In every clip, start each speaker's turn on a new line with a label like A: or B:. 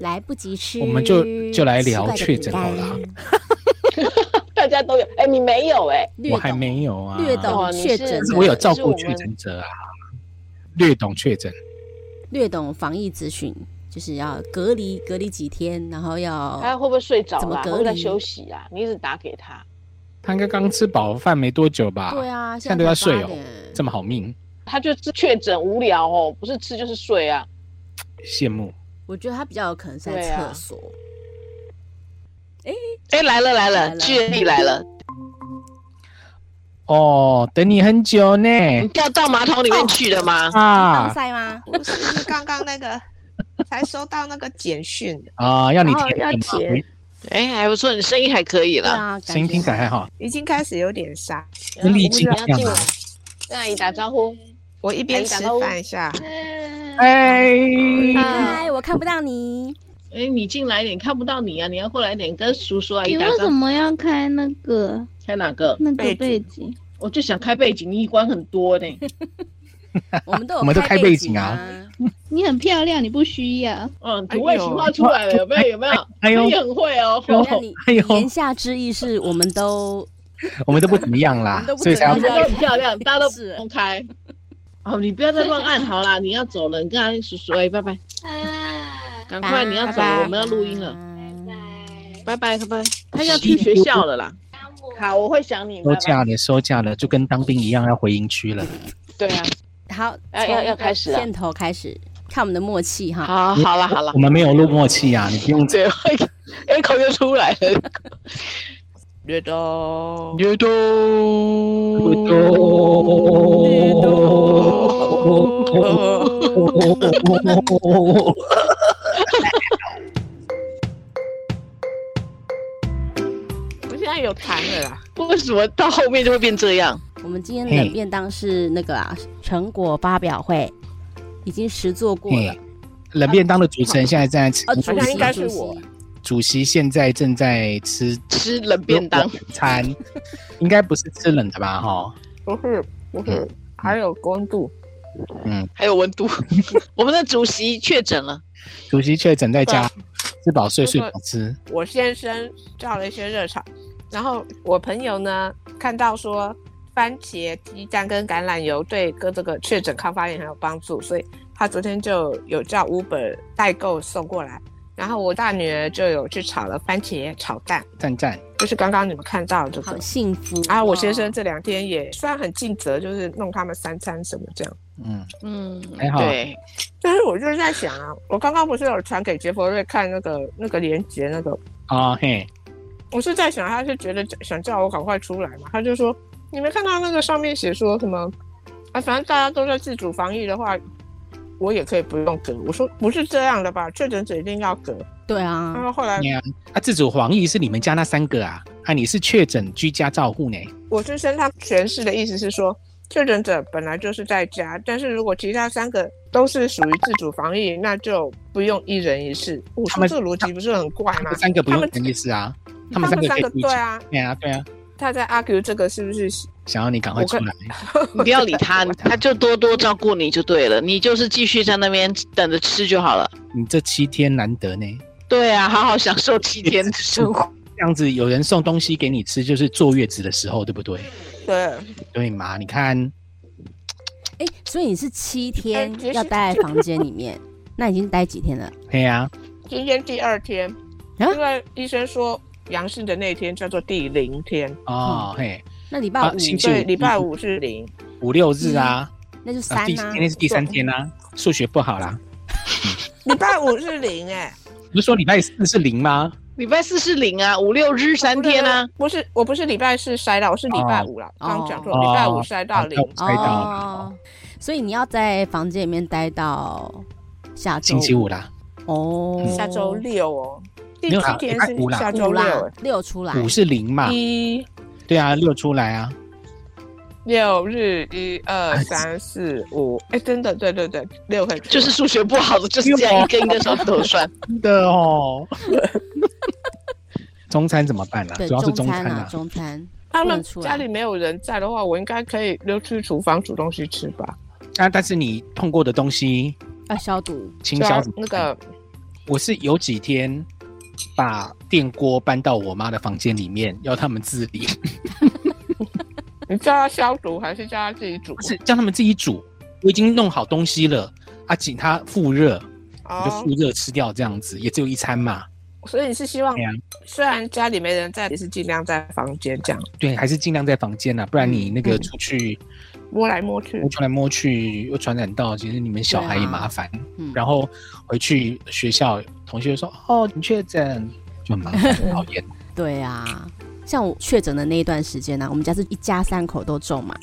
A: 来不及吃，
B: 我们就就来聊确诊好
A: 好
B: 了啊
A: 了。
C: 大家都有。哎、你没有哎、
A: 略
B: 我
A: 懂
B: 还没有啊，
A: 略懂
C: 哦你
A: 确
C: 是
A: 诊
B: 但
A: 的，
B: 是我有照
C: 是我
B: 顾
C: 们
B: 确诊者啊，略懂确诊，
A: 略懂防疫资讯，就是要隔离隔离几天，然后
C: 他
A: 要
C: 哎会不会睡着
A: 怎么
C: 啦？
A: 隔
C: 会不会在
A: 离
C: 休息啊？你一直打给他，
B: 他应该刚吃饱饭没多久吧？
A: 对啊，
B: 现在
A: 现
B: 都
A: 在
B: 要
A: 才
B: 睡
A: 八
B: 哦
A: 点，
B: 这么好命，
C: 他就是确诊无聊哦，不是吃就是睡啊。
B: 羡慕。
A: 我觉得他比较有可能是在
C: 对啊
A: 厕所。
D: 哎，来了
A: 来
D: 来了，
A: 了
D: 巨力来了，
B: 哦，等你很久呢
D: 你掉到马桶里面去了吗？
A: 防
B: 啊
A: 晒吗？
E: 不是，是刚刚那个才收到那个简讯，
B: 啊！要你
E: 哦
B: 填
E: 要
B: 的嘛
E: 填
B: 喂
D: 哎，还不错，你声音还可以
A: 对
D: 啦。
A: 啊，
B: 声音听起来还好。
E: 已经开始有点沙。
B: 跟丽
C: 我不知
B: 晶
C: 道
B: 一样
C: 进
B: 啊
C: 来，跟阿姨打招呼。
E: 我一边吃饭一下，
B: 哎，
A: 嗨，我看不到 你，
C: 哎、你进来一点，看不到你啊！你要过来一点，跟叔叔阿
A: 哎
C: 姨
F: 你
C: 打
F: 为
C: 招
F: 什
C: 呼。
F: 么要开那个
C: 开哪个？
F: 那个
E: 背
F: 背景？
C: 我就想开背景，你关很多呢。
A: 我们都有
B: 我们都
A: 开
B: 开
A: 背
B: 背
A: 景
B: 景啊
A: 啊，
F: 你很漂亮，你不需要。
C: 嗯，土味情话出来了，有没有？有没有？
B: 哎呦
C: 你，很会哦。
B: 哎呦
A: 那你
B: 哎呦
A: 言下之意是我 们都
B: 我们都不怎么样啦
A: 我们都，不
B: 所以才要
A: 怎
C: 大家
A: 么样
C: 都很漂亮，大家都
A: 是
C: 公开。哦，你不要再乱按好啦，你要走了，你跟阿姨叔叔哎，拜拜，
D: 啊
C: 赶快你要走了，我们要录音了，拜拜拜拜，他要去学校了啦。好，我会想你。
B: 收
C: 拜拜。
B: 假了，收假了，就跟当兵一样要回营区了。
C: 对啊，
A: 好，
C: 要要
A: 从呃
C: 要开始啊了
A: 片头开始，看我们的默契哈。
C: 好，啊好了，好了
B: 我，们没有录默契啊，你不用这。
C: 对，哎，口就出来了。
D: 略懂，
B: 略懂，略懂。
C: 我现在有痰了啦。
D: 为什么到后面就会变这样？
A: 我们今天
B: 嘿
A: 的便当是那个啊，成果发表会，已经实做过了
B: 嘿。冷便当的主持人现在正在吃
A: 呃，，主
C: 好像
A: 席
C: 应该
A: 主
C: 是
A: 席
C: 我
B: 主席现在正在吃
D: 吃冷便当，
B: 餐，应该不是吃冷的吧？哈，
E: 不是不是，嗯还有公度，
B: 嗯，
D: 还有温 度。我们的主席确诊了，
B: 主席确诊在家，吃饱睡，睡饱吃。
E: 我先生照了一些热炒，然后我朋友呢看到说番茄、鸡蛋跟橄榄油对跟这个确诊抗发炎很有帮助，所以他昨天就有叫 Uber 代购送过来。然后我大女儿就有去炒了番茄炒蛋，
B: 赞赞，
E: 就是刚刚你们看到的这
A: 好
E: 个。
A: 幸福
E: 啊，我先
A: 哦
E: 生这两天也虽然很尽责，就是弄他们三餐什么这样，
B: 嗯，
D: 嗯，
B: 还好
D: 对，
E: 但是我就是在想啊，我刚刚不是有传给杰佛瑞看那个那个连杰那个，
B: 啊嘿，
E: 我是在想，他是觉得想叫我赶快出来嘛，他就说你没看到那个上面写说什么啊，反正大家都在自主防疫的话，我也可以不用隔。我说不是这样的吧，确诊者一定要隔。
A: 对
E: 然
A: 啊，
E: 后后来
B: 你啊，啊，自主防疫是你们家那三个啊，啊，你是确诊居家照护呢？
E: 我先生他诠释的意思是说，确诊者本来就是在家，但是如果其他三个都是属于自主防疫，那就不用一人一室。我
B: 他
E: 说
B: 们
E: 这个逻辑不是很怪
B: 他
E: 吗
B: 们？三个不用
E: 他们
B: 等意思啊，他
E: 他
B: 们
E: 们
B: 三个可
E: 三
B: 以
E: 个
B: 住一
E: 对
B: 起。
E: 啊，
B: 对啊，对啊，
E: 他在 argue 这个是不是？
B: 想要你赶快出来。
D: 你不要理他，他就多多照顾你就对了，你就是继续在那边等着吃就好了。
B: 你这七天难得呢，
D: 对啊，好好享受七天的生活。
B: 这样子有人送东西给你吃，就是坐月子的时候，对不对？
E: 对，
B: 对嘛？你看，
A: 哎，所以你是七天
E: 哎其实
A: 要待在房间里 面，那已经待几天了？
B: 嘿啊呀、
E: 今天第二天，
B: 啊
E: 因为医生说阳性的那天叫做第零天，
B: 啊，哦，嘿，
A: 那礼拜
B: 啊
A: 五
B: 星期
E: 对，
B: 五
E: 礼拜五是零。
B: 五六日啊，
A: 那就
B: 啊，
A: 三
B: 第
A: 啊
B: 今，天是第三天啦、数学不好啦。
E: 礼拜五是零哎、
B: 不是说礼拜四是零吗？
D: 礼拜四是零啊，五六日三天啊，
E: 不是，我不是礼拜四筛到，我是礼拜五了。刚刚讲错，礼拜五筛到零
B: 哦，猜到了，
A: 哦，所以你要在房间里面待到下周
B: 星期五嗯啦，
A: 哦，
E: 下周六哦，第
B: 没有
E: 七
B: 啦
E: 天
B: 礼
E: 是
B: 拜五啦
E: 下周
A: 哦五
E: 六
A: 啦
E: 哎，，
A: 六出来，
B: 五是零嘛？
E: 一
B: 对啊，六出来啊，
E: 六日一
B: 哎
E: 二三四五，哎，真的，对对对，六可以 出
D: 就是数学不好的，就是这样一根一根手指头算。
B: 真 的哦。中餐怎么办啊？
A: 对，
B: 主要是
A: 中
B: 餐
A: 啊，
B: 啊。
A: 中 餐，
E: 他
A: 不
E: 们
A: 能出来
E: 家里没有人在的话，我应该可以溜去厨房煮东西吃吧？
B: 啊，但是你碰过的东西
A: 要消毒，
B: 清消
E: 啊
B: 怎么
E: 那
B: 办
E: 个
B: 我是有几天把电锅搬到我妈的房间里面，要他们自理，
E: 你叫他消毒还是叫他自己煮
B: 不？是叫他们自己煮。我已经弄好东西了，啊，请他复热，我就
E: 哦
B: 复，热吃掉，这样子也只有一餐嘛。
E: 所以你是希望
B: 对啊，
E: 虽然家里没人在，也是尽量在房间这样
B: 对，还是尽量在房间啊，不然你那个
E: 嗯
B: 出去
E: 摸来摸去
B: 摸。来摸去又传染到，其实你们小孩也麻
E: 啊
B: 烦。
A: 嗯，
B: 然后回去学校，同学就说：“哦，你确诊。”就很麻烦，很讨 厌。
A: 对啊，像我确诊的那一段时间呢、我们家是一家三口都中嘛。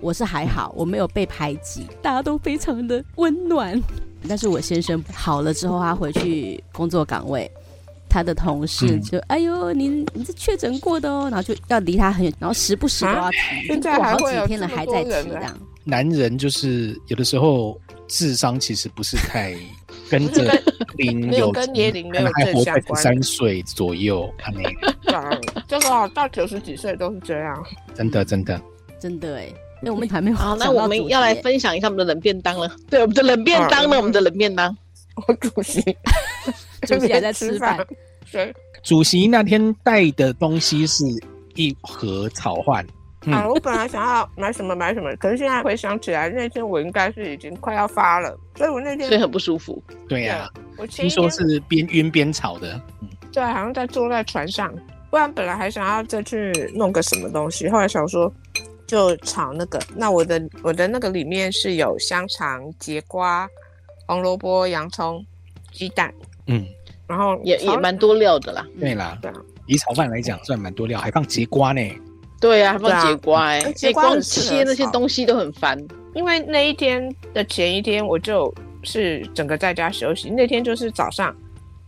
A: 我是还好，我没有被排挤，大家都非常的温暖。但是我先生好了之后，他回去工作岗位，他的同事
B: 嗯
A: 就、哎呦，你你是确诊过的哦，然后就要离他很远，然后时不时都要提，已经
E: 现
A: 过
E: 在还
A: 好
E: 会有
A: 几天了
E: 这么
A: 还
E: 多
A: 在提
E: 人
A: 这
E: 啊
A: 样。
B: 男人就是有的时候智商其实不是太跟 着零
E: 没有
B: 有
E: 跟年龄
B: 可
E: 没有
B: 能还
E: 正
B: 活
E: 相
B: 在
E: 关
B: 三岁左右，啊那个
E: 长这个啊到九十几岁都是这样。
B: 真的真的。
A: 真的哎，哎，我们还没有
D: 好，那
A: 讲到
D: 我
A: 主
D: 们
A: 题
D: 要来
A: 耶，
D: 分享一下我们的冷便当了。对，我们的冷便当呢？
E: 嗯
D: 我们的冷便当，
E: 我 主席
A: 主席还在吃 饭，
E: 谁？
B: 主席那天带的东西是一盒炒饭，嗯
E: 啊，我本来想要买什么买什么，可是现在回想起来，那天我应该是已经快要发了，所以我那
D: 所以
E: 天
D: 很不舒服。
B: 对呀、
E: 我前
B: 听
E: 一
B: 说
E: 天
B: 是边晕边炒的。嗯
E: 对，好像在坐在船上，不然本来还想要再去弄个什么东西，后来想说就炒那个。那我的我的那个里面是有香肠、节瓜、红萝卜、洋葱、鸡蛋，
B: 嗯，
E: 然后
D: 也
E: 炒
D: 也蛮多料的啦。
B: 对啦
E: 对啊，
B: 以炒饭来讲算蛮多料，还放节瓜呢。
D: 对啊，还
E: 对啊
D: 放节瓜哎、
E: 那
D: 欸，
E: 节瓜
D: 光
E: 很适合
D: 切那些
E: 炒
D: 东西都很烦。
E: 因为那一天的前一天，我就是整个在家休息。那天就是早上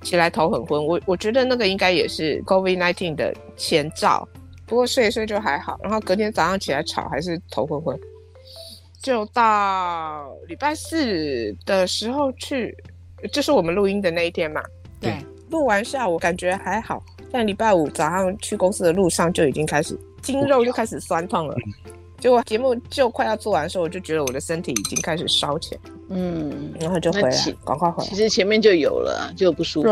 E: 起来头很昏，我我觉得那个应该也是 COVID 1 9的前兆。不过睡一睡就还好，然后隔天早上起来吵还是头昏昏。就到礼拜四的时候去，就是我们录音的那一天嘛。
A: 对，
E: 录完下午感觉还好，但礼拜五早上去公司的路上就已经开始筋肉就开始酸痛了。
B: 嗯
E: 结果节目就快要做完的时候，我就觉得我的身体已经开始烧起来，
D: 嗯，
E: 然后就回
D: 那
E: 来
D: 其，
E: 赶快回
D: 其
E: 来。
D: 实前面就有了啊，就有不舒服。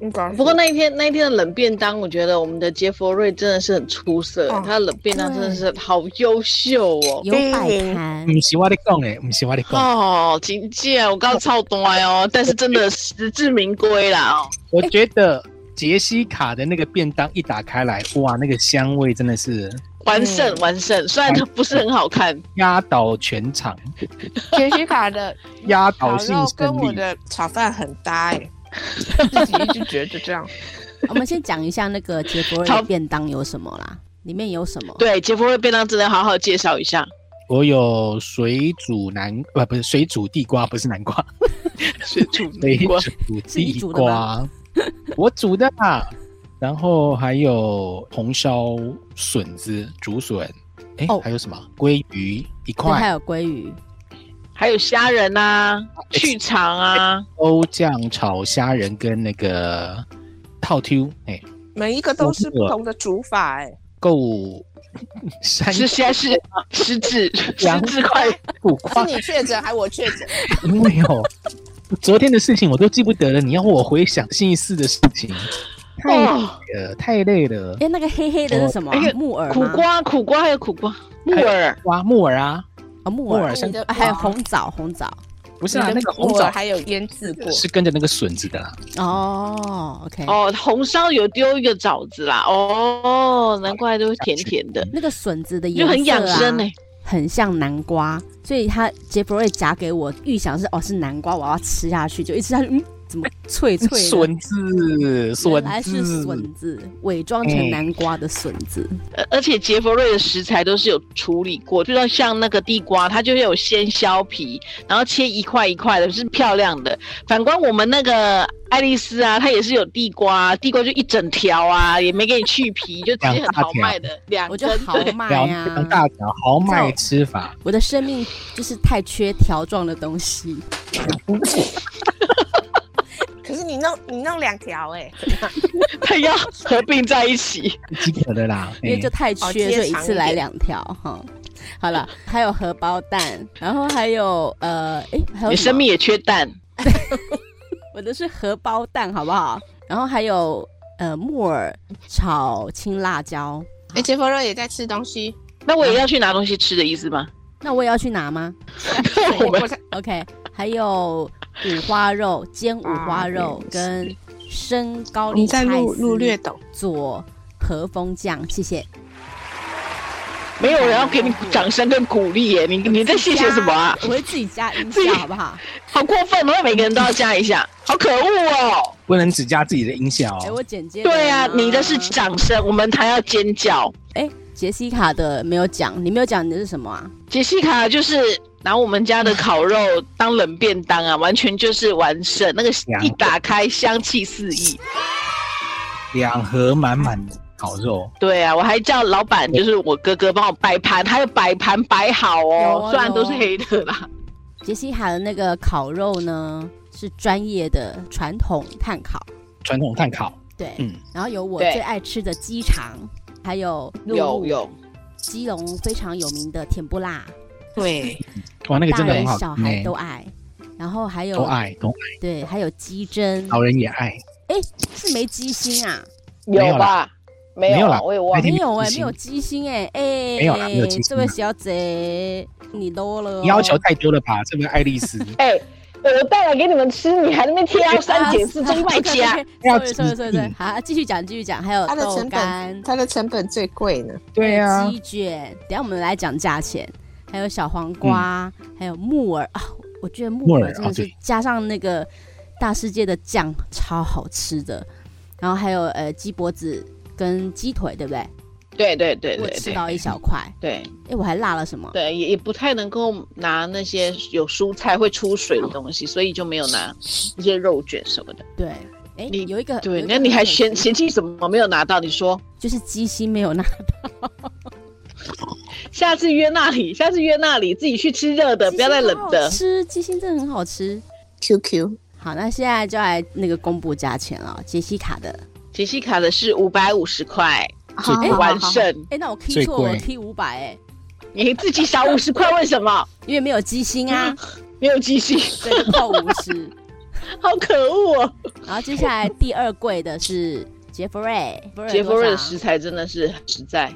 E: 嗯，赶快
D: 不过那一天那一天的冷便当，我觉得我们的杰佛瑞真的是很出色，
E: 哦
D: 他的冷便当真的是好优秀哦。
A: 有摆摊，
E: 嗯
B: 唔是我的讲诶，唔是我的讲，
D: 哦，请见我刚刚超多哦，但是真的实至名归啦哦。
E: 哎
B: 我觉得杰西卡的那个便当一打开来，哇，那个香味真的是
D: 完胜完胜，虽然它不是很好看，
B: 压倒全场，
E: 杰西 卡的
B: 压
E: 嗯烤
B: 倒性
E: 肉跟
B: 胜
E: 我
B: 利。
E: 的炒饭很搭哎、 自己一直觉得这样。
A: 我们先讲一下那个杰佛瑞的
D: 好
A: 便当有什么啦，里面有什么？
D: 对杰佛瑞便当真的好好介绍一下，
B: 我有水煮南，呃，不是水煮地瓜，不是南 瓜，
D: 水煮
B: 水
D: 地瓜
B: 煮
A: 是你
B: 地
A: 煮的
B: 瓜，我煮的啦。然后还有红烧笋子、竹笋，哎、
A: 哦
B: 还有什么鲑鱼一
A: 对，还
B: 块，
A: 有鲑鱼，
D: 还有虾仁啊、去肠啊，
B: 欧酱炒虾仁跟那个套 Q，哎、
E: 每一个都是不同的煮法哎、
B: 够山
D: 是现在是失智失
B: 羊
D: 智快
B: 不夸
E: 是你确 诊还我确诊？
B: 因为哦，昨天的事情我都记不得了，你要我回想星期四的事情，太累
D: 哦，
B: 了，太累了。
A: 哎，那个黑黑的是什么啊
D: 哎？
A: 木耳
D: 苦
A: 吗？
D: 瓜苦瓜还有苦瓜木耳，
B: 哇，木耳啊，
A: 啊，木
B: 木
A: 耳
B: 耳香，
A: 啊还有红枣，红枣。
B: 不是啊，
E: 你
B: 那
E: 的
B: 个红
E: 木耳
B: 枣
E: 还有腌制 过，
B: 是跟着那个笋子的啦。
A: 哦，OK，
D: 哦，红烧有丢一个枣子啦，哦，难怪都甜甜的，
A: 那个笋子的嗯颜
D: 就
A: 色啊
D: 很养生哎、
A: 很像南瓜，所以它杰弗瑞夹给我预想是哦是南瓜，我要吃下去，就一吃下去，嗯，怎么脆 脆 的？
B: 笋子，
A: 原
B: 笋
A: 来是
B: 子，
A: 笋子，伪装成南瓜的笋 子，
D: 而而且杰佛瑞的食材都是有处理过，就像像那个地瓜，它就是有先削皮，然后切一块一块的，是漂亮的。反观我们那个爱丽丝啊，她也是有地瓜，地瓜就一整条啊，也没给你去皮，就直接 很豪迈的两
A: 我
D: 根
A: 就。豪
D: 对，
A: 迈
B: 两
A: 呀、
B: 两大条豪迈吃法，
A: 啊我的生命就是太缺条状的东西，
E: 可是你弄你弄两条哎，
D: 它 要合并在 一起。
B: 及可的啦。
A: 因为
D: 嗯
B: 哎
A: 就太
E: 哦
A: 缺，
E: 接
A: 所以一
E: 长
A: 次
E: 一
A: 来
E: 点
A: 两条哈。好了，还有荷包蛋，然后还有呃，诶，还有
D: 你
A: 什
D: 生
A: 么
D: 命也缺蛋，
A: 我的是荷包蛋，好不好？然后还有呃木耳炒青辣椒，
E: 哎，杰佛瑞也在吃东西，
D: 那我也要去拿东西吃的意思 吗？
A: 那我也要去拿吗
D: 我们
E: 我才
A: ？OK，还有五花肉煎五花肉跟生高丽
E: 啊你在
A: 菜
E: 录
A: 丝
E: 录略懂，
A: 佐和风酱，谢谢。
D: 没有人要给你掌声跟鼓励耶，你你在谢谢什么啊？
A: 我会自己加音
D: 自己
A: 效，好不好？
D: 好过分哦！每个人都要加一下，好可恶哦！
B: 不能只加自己的音效
A: 哎、
B: 哦。
A: 我剪接了
D: 对啊，
A: 吗
D: 你的是掌声，我们还要尖叫。
A: 哎、杰西卡的没有讲，你没有讲你的是什么啊？
D: 杰西卡就是拿我们家的烤肉当冷便当啊，完全就是完胜。那个一打开，香气四溢。
B: 两盒满满的烤肉，
D: 对啊，我还叫老板，就是我哥哥帮我摆盘，他有摆盘摆好
A: 有
D: 哦
A: 哦，
D: 虽然都是黑的啦。
A: 杰西卡的那个烤肉呢，是专业的传统炭烤，
B: 传统炭烤，
A: 对，
B: 嗯，
A: 然后有我
D: 对
A: 最爱吃的鸡肠，还有鹿
D: 有有，
A: 基隆非常有名的甜不辣，
E: 对，
B: 哇，那个
A: 大
B: 真的很
A: 人
B: 好
A: 小
B: 吃
A: 孩
B: 欸
A: 都爱。哦然后还有
B: 都爱，都爱
A: 对，还有鸡胗，
B: 老人也爱。
A: 是没鸡心啊？
B: 没有啦
D: 有吧？没
B: 没有
D: 有
B: 啦
D: 啦，我也忘
B: 那
D: 了。
B: 天
A: 没有哎、没
B: 鸡心
A: 有鸡心哎、哎、
B: 没有啦没有鸡心啊
A: 这位小姐，你 low 了哦、
B: 你要求太多了吧？这个爱 丽丝
D: 哎、我带来给你们吃，你还在那边挑
C: 啊
D: 三拣四，真败家。
B: 要
A: 啊 对对对对，
B: 嗯
A: 好，继续讲，继续讲，还有
E: 它的
A: 豆
E: 成
A: 干
E: 本，、 它的成本最贵呢。
B: 对啊，
A: 鸡卷，等一下我们来讲价钱，还有小黄瓜，还有木耳啊，我觉得木
B: 嗯木
A: 耳
B: 耳
A: 真的
B: 啊
A: 是
B: 对
A: 加上那个大世界的酱超好吃的，然后还有呃鸡脖子跟鸡腿，对不对？
C: 对对对
A: 我
C: 对
A: 吃
C: 对
A: 到一小块，
C: 对
A: 哎，我还落了什么？
C: 对，也也不太能够拿那些有蔬菜会出水的东西，所以就没有拿一些肉卷什么的。
A: 对，哎，
C: 你
A: 有一个有
C: 对，
A: 一
C: 那
A: 个
C: 你
A: 很
C: 还
A: 有
C: 嫌
A: 趣
C: 嫌弃什么没有拿到？你说
A: 就是鸡心没 有那
C: 下次约那里，下次约那里，自己去吃热的，
A: 鸡
C: 不要
A: 心
C: 再
A: 好
C: 冷的。
A: 吃鸡心真的很好吃。
E: QQ
A: 好，那现在就来那个公布价钱了，杰西卡的。
C: 杰西卡的是五百五十块，
E: 好
A: 哎
C: 完胜。
A: 哎、那我 K
B: 最
A: 错了，我
B: 贵
A: K 五百哎，
C: 你自己少五十块，为什么？
A: 因为没有鸡心
B: 嗯
A: 啊，
C: 没有机器，
A: 所以就扣五十。
C: 好可恶哦！
A: 然后接下来第二贵的是杰弗瑞，
C: 杰佛瑞的食
A: 十
C: 材真的是很实在，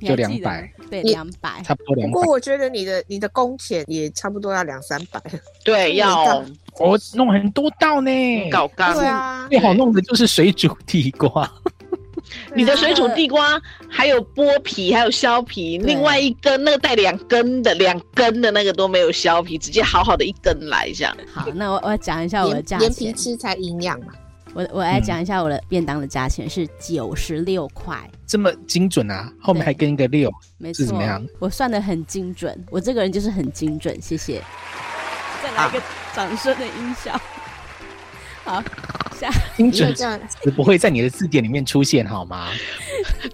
B: 就200，
A: 对，
E: 你
A: 两百。
B: 差不多两
E: 不
B: 百
E: 过。我觉得你的你的工钱也差不多要两三百。
C: 对，要
B: 我哦弄很多道呢，
A: 嗯
C: 搞干。
E: 啊，
B: 最好弄的就是水煮地瓜，
C: 你的水煮地瓜还有剥皮，还有削皮，
A: 对
C: 另外一根那个带两根的，两根的那个都没有削皮，直接好好的一根来这样。
A: 好，那我我讲一下我的
E: 连
A: 价
E: 连皮
A: 钱，
E: 吃才营养嘛。
A: 我我来
B: 嗯
A: 讲一下我的便当的价钱是九十六块，
B: 这么精准啊！后面还跟一个六，
A: 没错
B: 是怎么样，
A: 我算的很精准，我这个人就是很精准，谢谢。啊再来一个掌声的音效。好，下
B: 精
E: 因为
B: 准
E: 这样，
B: 词不会在你的字典里面出现好吗？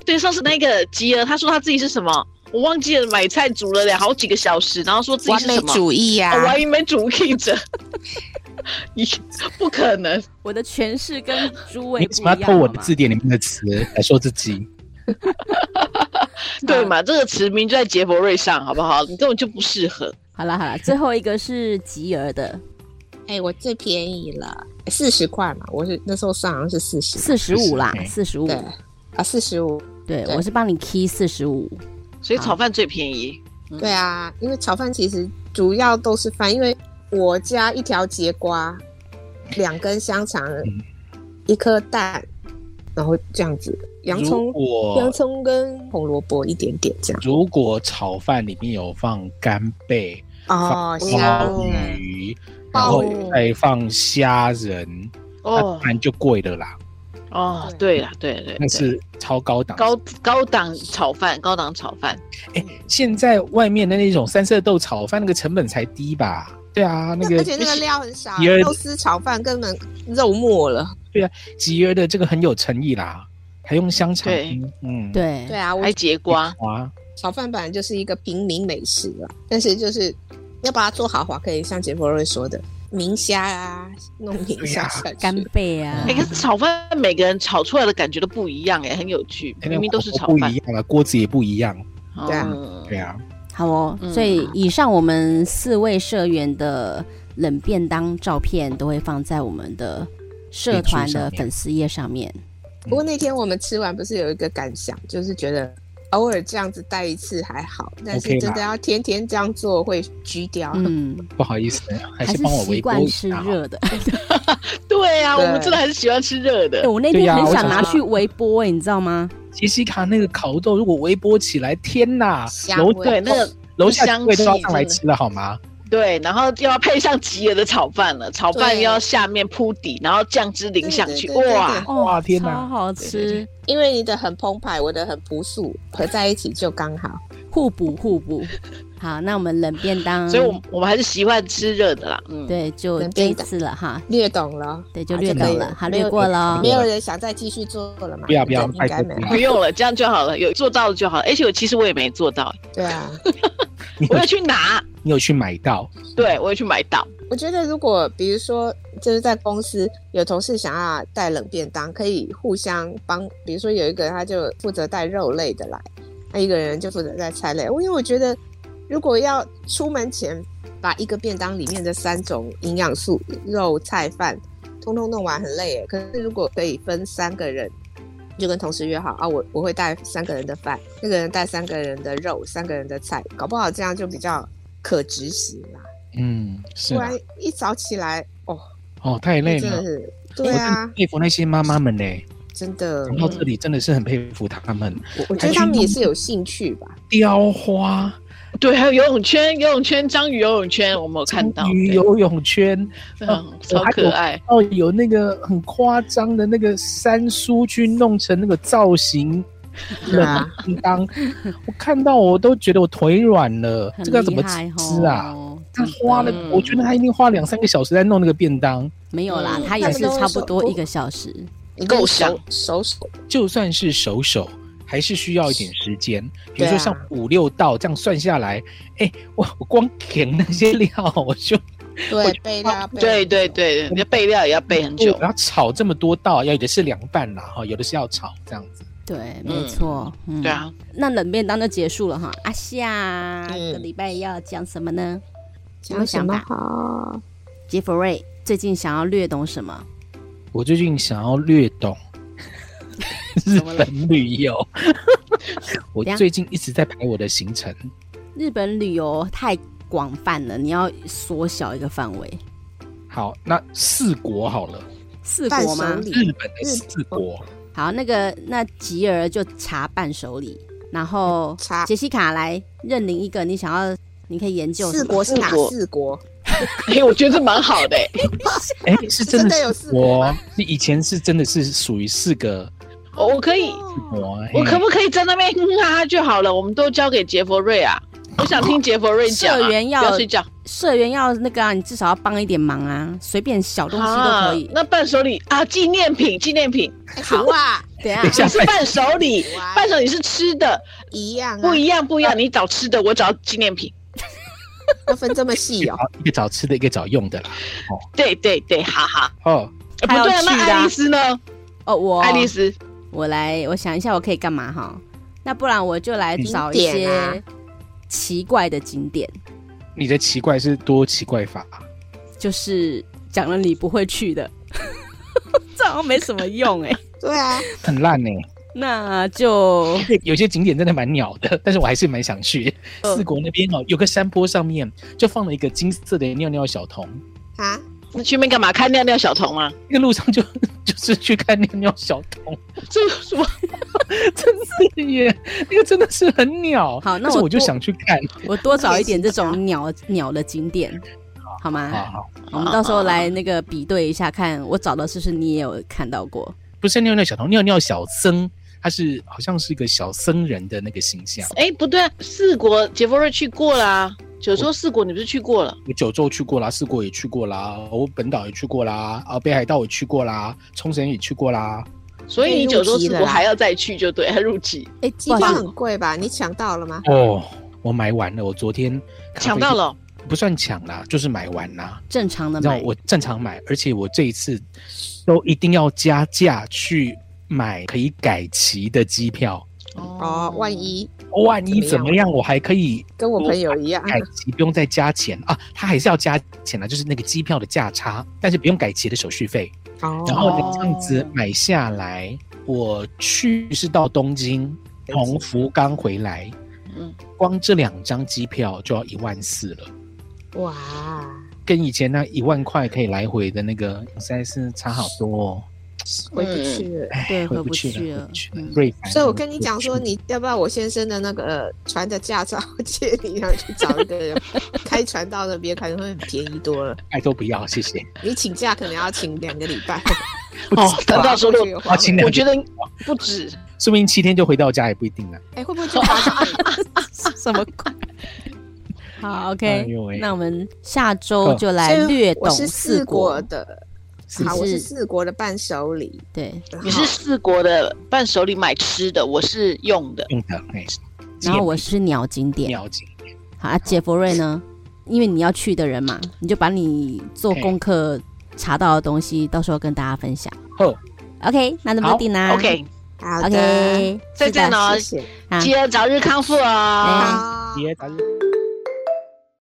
C: 对，上次那个吉儿，他说他自己是什么，我忘记了，买菜煮了两好几个小时，然后说自己
E: 完
C: 是
E: 美
C: 什么，
E: 主义啊呀、
C: 哦完美主义者，你不可能。
A: 我的诠释跟诸位
B: 你为什么要
A: 不一样
B: 偷我
A: 好
B: 的
A: 吗
B: 字典里面的词来说自己？
C: 对嘛？这个词名就在杰佛瑞上，好不好？你根本就不适合。
A: 好了好了，最后一个是吉儿的
E: 哎、我最便宜了，四十块嘛，我是那时候算好像是四十，
A: 四十五啦，
B: 45
A: 四十五
E: 对。啊，四十五，
A: 对，
E: 对
A: 我是帮你 key 四十五。
C: 所以炒饭最便宜。
B: 嗯
E: 对啊，因为炒饭其实主要都是饭，因为我加一条节瓜，两根香肠，
B: 嗯
E: 一颗蛋，然后这样子，洋
B: 如
E: 葱、洋
B: 果
E: 葱跟红萝卜一点点这样。
B: 如果炒饭里面有放干贝、
E: 哦，
B: 放
E: 香
B: 鲍
E: 耶
B: 鱼，然
E: 鲍
B: 后
E: 鱼
B: 再放虾仁，那
C: 哦
B: 当然就贵了啦。
C: 哦，对了，对对，
B: 那
C: 对
B: 是超高档。
C: 高高档炒饭，高档炒饭。
B: 现在外面的那种三色豆炒饭，那个成本才低吧？对啊，那个
E: 而且那个料很少，
B: 第二
E: 肉丝炒饭根本肉末了。
B: 吉约的这个很有诚意啦，还用香肠
C: 对，
B: 嗯，，
A: 对，
E: 对啊，我
C: 还节瓜，
B: 哇，
E: 炒饭本来就是一个平民美食啦，但是就是要把它做好的话，可以像杰佛瑞说的，明虾啊，弄明虾下去。
A: 干贝啊
C: 哎、，可是炒饭每个人炒出来的感觉都不一样哎、很有趣。
B: 那个
C: 明明都是
B: 火
C: 炒
B: 候不
C: 饭
B: 一，样啊，锅子也不一样，
E: 对啊
C: 嗯
B: 对啊，
A: 好哦。
C: 嗯
A: 所以以上我们四位社员的冷便当照片都会放在我们的社团的粉
B: 脸书上面
A: 丝页上面。
E: 不过那天我们吃完不是有一个感想，就是觉得偶尔这样子带一次还好，但是
B: OK 啦
E: 真的要天天这样做会焗掉。
A: 嗯，
B: 不好意思，啊还
A: 还
B: 是帮我
A: 习
B: 微波一
A: 惯吃
B: 下啊好了。
A: 热的。
D: 对啊，我
E: 对
D: 们真的很喜欢吃热的
A: 哎， 我那
B: 对
A: 天
B: 呀
A: 很
B: 我
A: 想
B: 想
A: 拿
E: 说
A: 去微波，哎，你知道吗？
B: 杰西卡那个烤豆，如果微波起来，天哪
E: 香！
B: 楼
E: 味哦
D: 对那个
B: 楼下
D: 香
B: 贵都要
D: 气
B: 上来
D: 真的
B: 吃了好吗？
D: 对，然后又要配上吉尔的炒饭了，炒饭又
E: 对
D: 要下面铺底，然后酱汁淋上去，
E: 对对对对
D: 哇
E: 对！
A: 哦
B: 哇天哪
A: 超好吃，
E: 因为你的很澎湃，我的很朴素，合在一起就刚好。
A: 互补互补。好，那我们冷便当，
D: 所以我们我们还是喜欢吃热的啦。嗯，
A: 对就
E: 冷
A: 这
E: 便
A: 一
E: 当
A: 次了哈，
E: 略懂了，
A: 对，就
E: 好
A: 略
E: 就
A: 懂
E: 可以
A: 了，
E: 了
A: 好，
E: 没有
A: 略过了哦。
E: 没有人想再继续做了嘛？
B: 不要不要
E: 对应该没
B: 拜托
E: 有
B: 不。
D: 不用了，这样就好了，有做到的就好了。而且我其实我也没做到，
E: 对啊，
B: 你
D: 我
B: 有
D: 要去拿，
B: 你有去买到？
D: 对我要去买到。
E: 我觉得如果比如说就是在公司有同事想要带冷便当，可以互相帮，比如说有一个人他就负责带肉类的来，那一个人就负责带菜类。因为我觉得如果要出门前把一个便当里面的三种营养素肉菜饭通通弄完很累耶，可是如果可以分三个人。就跟同事约好啊，我我会带三个人的饭，那个人带三个人的肉，三个人的菜，搞不好这样就比较可执行啦。
B: 嗯，是
E: 不
B: 啊
E: 然，一早起来，哦，
B: 哦，太累
E: 那真
B: 了
E: 的。是，
B: 我
E: 对
B: 真的
E: 啊
B: 很，佩服那些妈妈们呢、
E: 真的
B: 讲，到这里真的是很佩服他们，
E: 我觉得他们也是有兴趣吧。
B: 雕花、
D: 对，还有游泳圈，游泳圈，章鱼游泳圈，我们有看到，
B: 鱼
D: 对
B: 游泳圈，
D: 嗯，超可爱。
B: 哦，有那个很夸张的那个三叔去弄成那个造型。
E: 对啊
B: 冷当，我看到我都觉得我腿软了，
A: 很
B: 这个要怎么
A: 厉
E: 哦
A: 害
B: 吃啊？
A: 吼
B: 他
A: 真的
B: 花了，我觉得他一定花两三个小时在弄那个便当。
A: 没有啦
E: 嗯，
A: 他也
E: 差
A: 是
E: 不多
A: 差不多
E: 手
A: 一个小时。
E: 你跟
D: 够
E: 我
D: 想
E: 手手手，
B: 就算是熟手，还是需要一点时间。比如
E: 对
B: 说
E: 啊
B: 像五六道这样算下来，哎、我我光舔那些料，我就
E: 对备料，备料
D: 对对，对，你的备料也要备很久
B: 我。要炒这么多道，要有的是凉拌啦，哈，有的是要炒这样子。
A: 对，
D: 嗯
A: 没错。嗯
D: 对，啊，
A: 那冷便当就结束了哈。阿夏，
E: 嗯
A: 这个礼拜要讲什么呢？有没有
E: 讲什
A: 想
E: 么
A: 法？
E: 好？
A: 杰弗瑞最近想要略懂什么？
B: 我最近想要略懂日本旅游， 我
A: 怎样
B: 最近一直在排我的行程。
A: 日本旅游太广泛了，你要缩小一个范围，
B: 好，那四国好了，
A: 四
E: 伴
A: 国
E: 手
A: 吗？
E: 礼
B: 日本的四国，
A: 好，那个那吉儿就查伴手礼，然后
E: 查
A: 杰西卡来认领一个，你想要，你可以研究什
E: 四
A: 么
E: 国是哪
D: 四国
E: 四国？
D: 哎，我觉得这蛮好的。欸
B: 哎、是真
E: 真
B: 的
E: 的有
B: 四
E: 四国吗
B: 国，是以前是真的是属于四个
D: 我我可以，
B: 四国。
D: 哦我
B: 嘿
D: 可不可以在那边哼哈哈就好了？我们都交给杰佛瑞啊，我想听杰佛瑞讲啊。
A: 哦社员要
D: 不要睡觉。
A: 社员要那个啊，你至少要帮一点忙啊，随便小东西都可以
D: 啊。那伴手礼啊，纪念品，纪念品，
E: 哎好啊，
A: 等一
B: 等一
A: 下
B: 下，
D: 是伴手礼
E: 好啊，
D: 伴手礼是吃的，
E: 一
A: 嗯
E: 样啊
D: 不，一样，不一样。你找吃的，我找纪念品。
E: 要分这么细 哦
B: 好。，一个找吃的，一个找用的啦。
D: 对对对，哈哈。
B: 哦，
D: 呃
A: 他
D: 不对
A: 要
D: 啊，
A: 去
D: 那
A: 的啊
D: 爱丽丝呢？
A: 哦，我
D: 爱丽丝，
A: 我来，我想一下我可以干嘛哈？那不然我就来找一
E: 景点啊
A: 些奇怪的景点，
B: 你的奇怪是多奇怪法、
A: 就是讲了你不会去的，这好像没什么用哎、
E: 对啊，
B: 很烂呢、
A: 那就
B: 有些景点真的蛮鸟的，但是我还是蛮想去。四国那边哦，有个山坡上面就放了一个金色的尿尿小童，
E: 啊，
D: 那去那边干嘛？看尿尿小童吗？
B: 那个路上就 就是去看尿尿小童，
D: 这有什么？
B: 真的耶，那个真的是很鸟。
A: 好那
B: 但是
A: 我
B: 我就
A: 多
B: 想去看。
A: 我多找一点这种鸟鸟的景点，好吗？
B: 好好，
A: 我们到时候来那个比对一下，看我找的是不是你也有看到过
B: 不是尿尿小童，尿尿小僧，他是好像是一个小僧人的那个形象。
D: 哎，不对啊，四国杰佛瑞去过啦。九州四国你不是去过了？
B: 我九州去过啦，四国也去过啦，我本岛也去过啦，啊，北海道也去过啦，冲绳也去过啦。
D: 所以你
E: 入
D: 九州
E: 籍
D: 四
E: 了
D: 国
E: 啦
D: 还要再去就对，还入籍
A: 哎，
E: 机
A: 不
E: 票
A: 好意思，
E: 很贵吧？你抢到了吗？
B: 哦，我买完了，我昨天
D: 抢到，了。
B: 不算抢啦，就是买完啦。
A: 正常的
B: 你知道
A: 买，
B: 我正常买，而且我这一次都一定要加价去买可以改期的机票。
E: 哦，万一
B: 万一怎么样，我还可以
E: 跟我朋友一样，
B: 改期，不用再加钱啊。他还是要加钱啊，就是那个机票的价差，但是不用改期的手续费。
E: 哦，
B: 然后你这样子买下来，我去是到东京，从福冈回来，
C: 嗯，
B: 光这两张机票就要一万四了，
E: 哇，
B: 跟以前那一万块可以来回的那个实在是差好多、哦。
E: 回不去了。
B: 哎，
A: 对
B: 回
A: 回不
B: 去
A: 去
B: 了，
A: 了
B: 回不去了
A: 嗯。
B: 瑞凡
E: 所以我跟你讲说，
B: 回不去
E: 你要不要我先生的那个船的驾照 借你，然后去找一个人开船到那边，可能会很便宜多了。
B: 爱都不要，谢谢。
E: 你请假可能要请两个礼拜，
D: 哦，等 到时候
E: 划过去划
B: 过去
D: 我觉得不止，
B: 说不定七天就回到家也不一定呢。
E: 哎，会不会就啊划 算？
A: 什么鬼？ 好
B: 哎
A: ，OK，
B: 呦喂
A: 那我们下周就来
E: 所以
A: 略
E: 我
A: 懂
E: 是
A: 四
E: 四国
A: 国。
E: 的，
A: 是
E: 好，我是
A: 是
E: 四国的伴手礼。
A: 对，
E: 然后
D: 你是四国的伴手礼买吃的，我是用的。
B: 用的哎。
A: 然后我是鸟景点。
B: 秒紧，
A: 好，啊，杰佛瑞呢？因为你要去的人嘛，你就把你做
B: 嘿
A: 功课查到的东西，到时候跟大家分享。
B: 后
A: OK，那就不
B: 好
A: 定啦。
D: OK，
E: 好的
A: OK，
D: 再见哦
E: 谢谢。
A: 啊
E: 嗯
D: 吉儿早日康复哦。
A: 哎
E: 好
B: 别咱。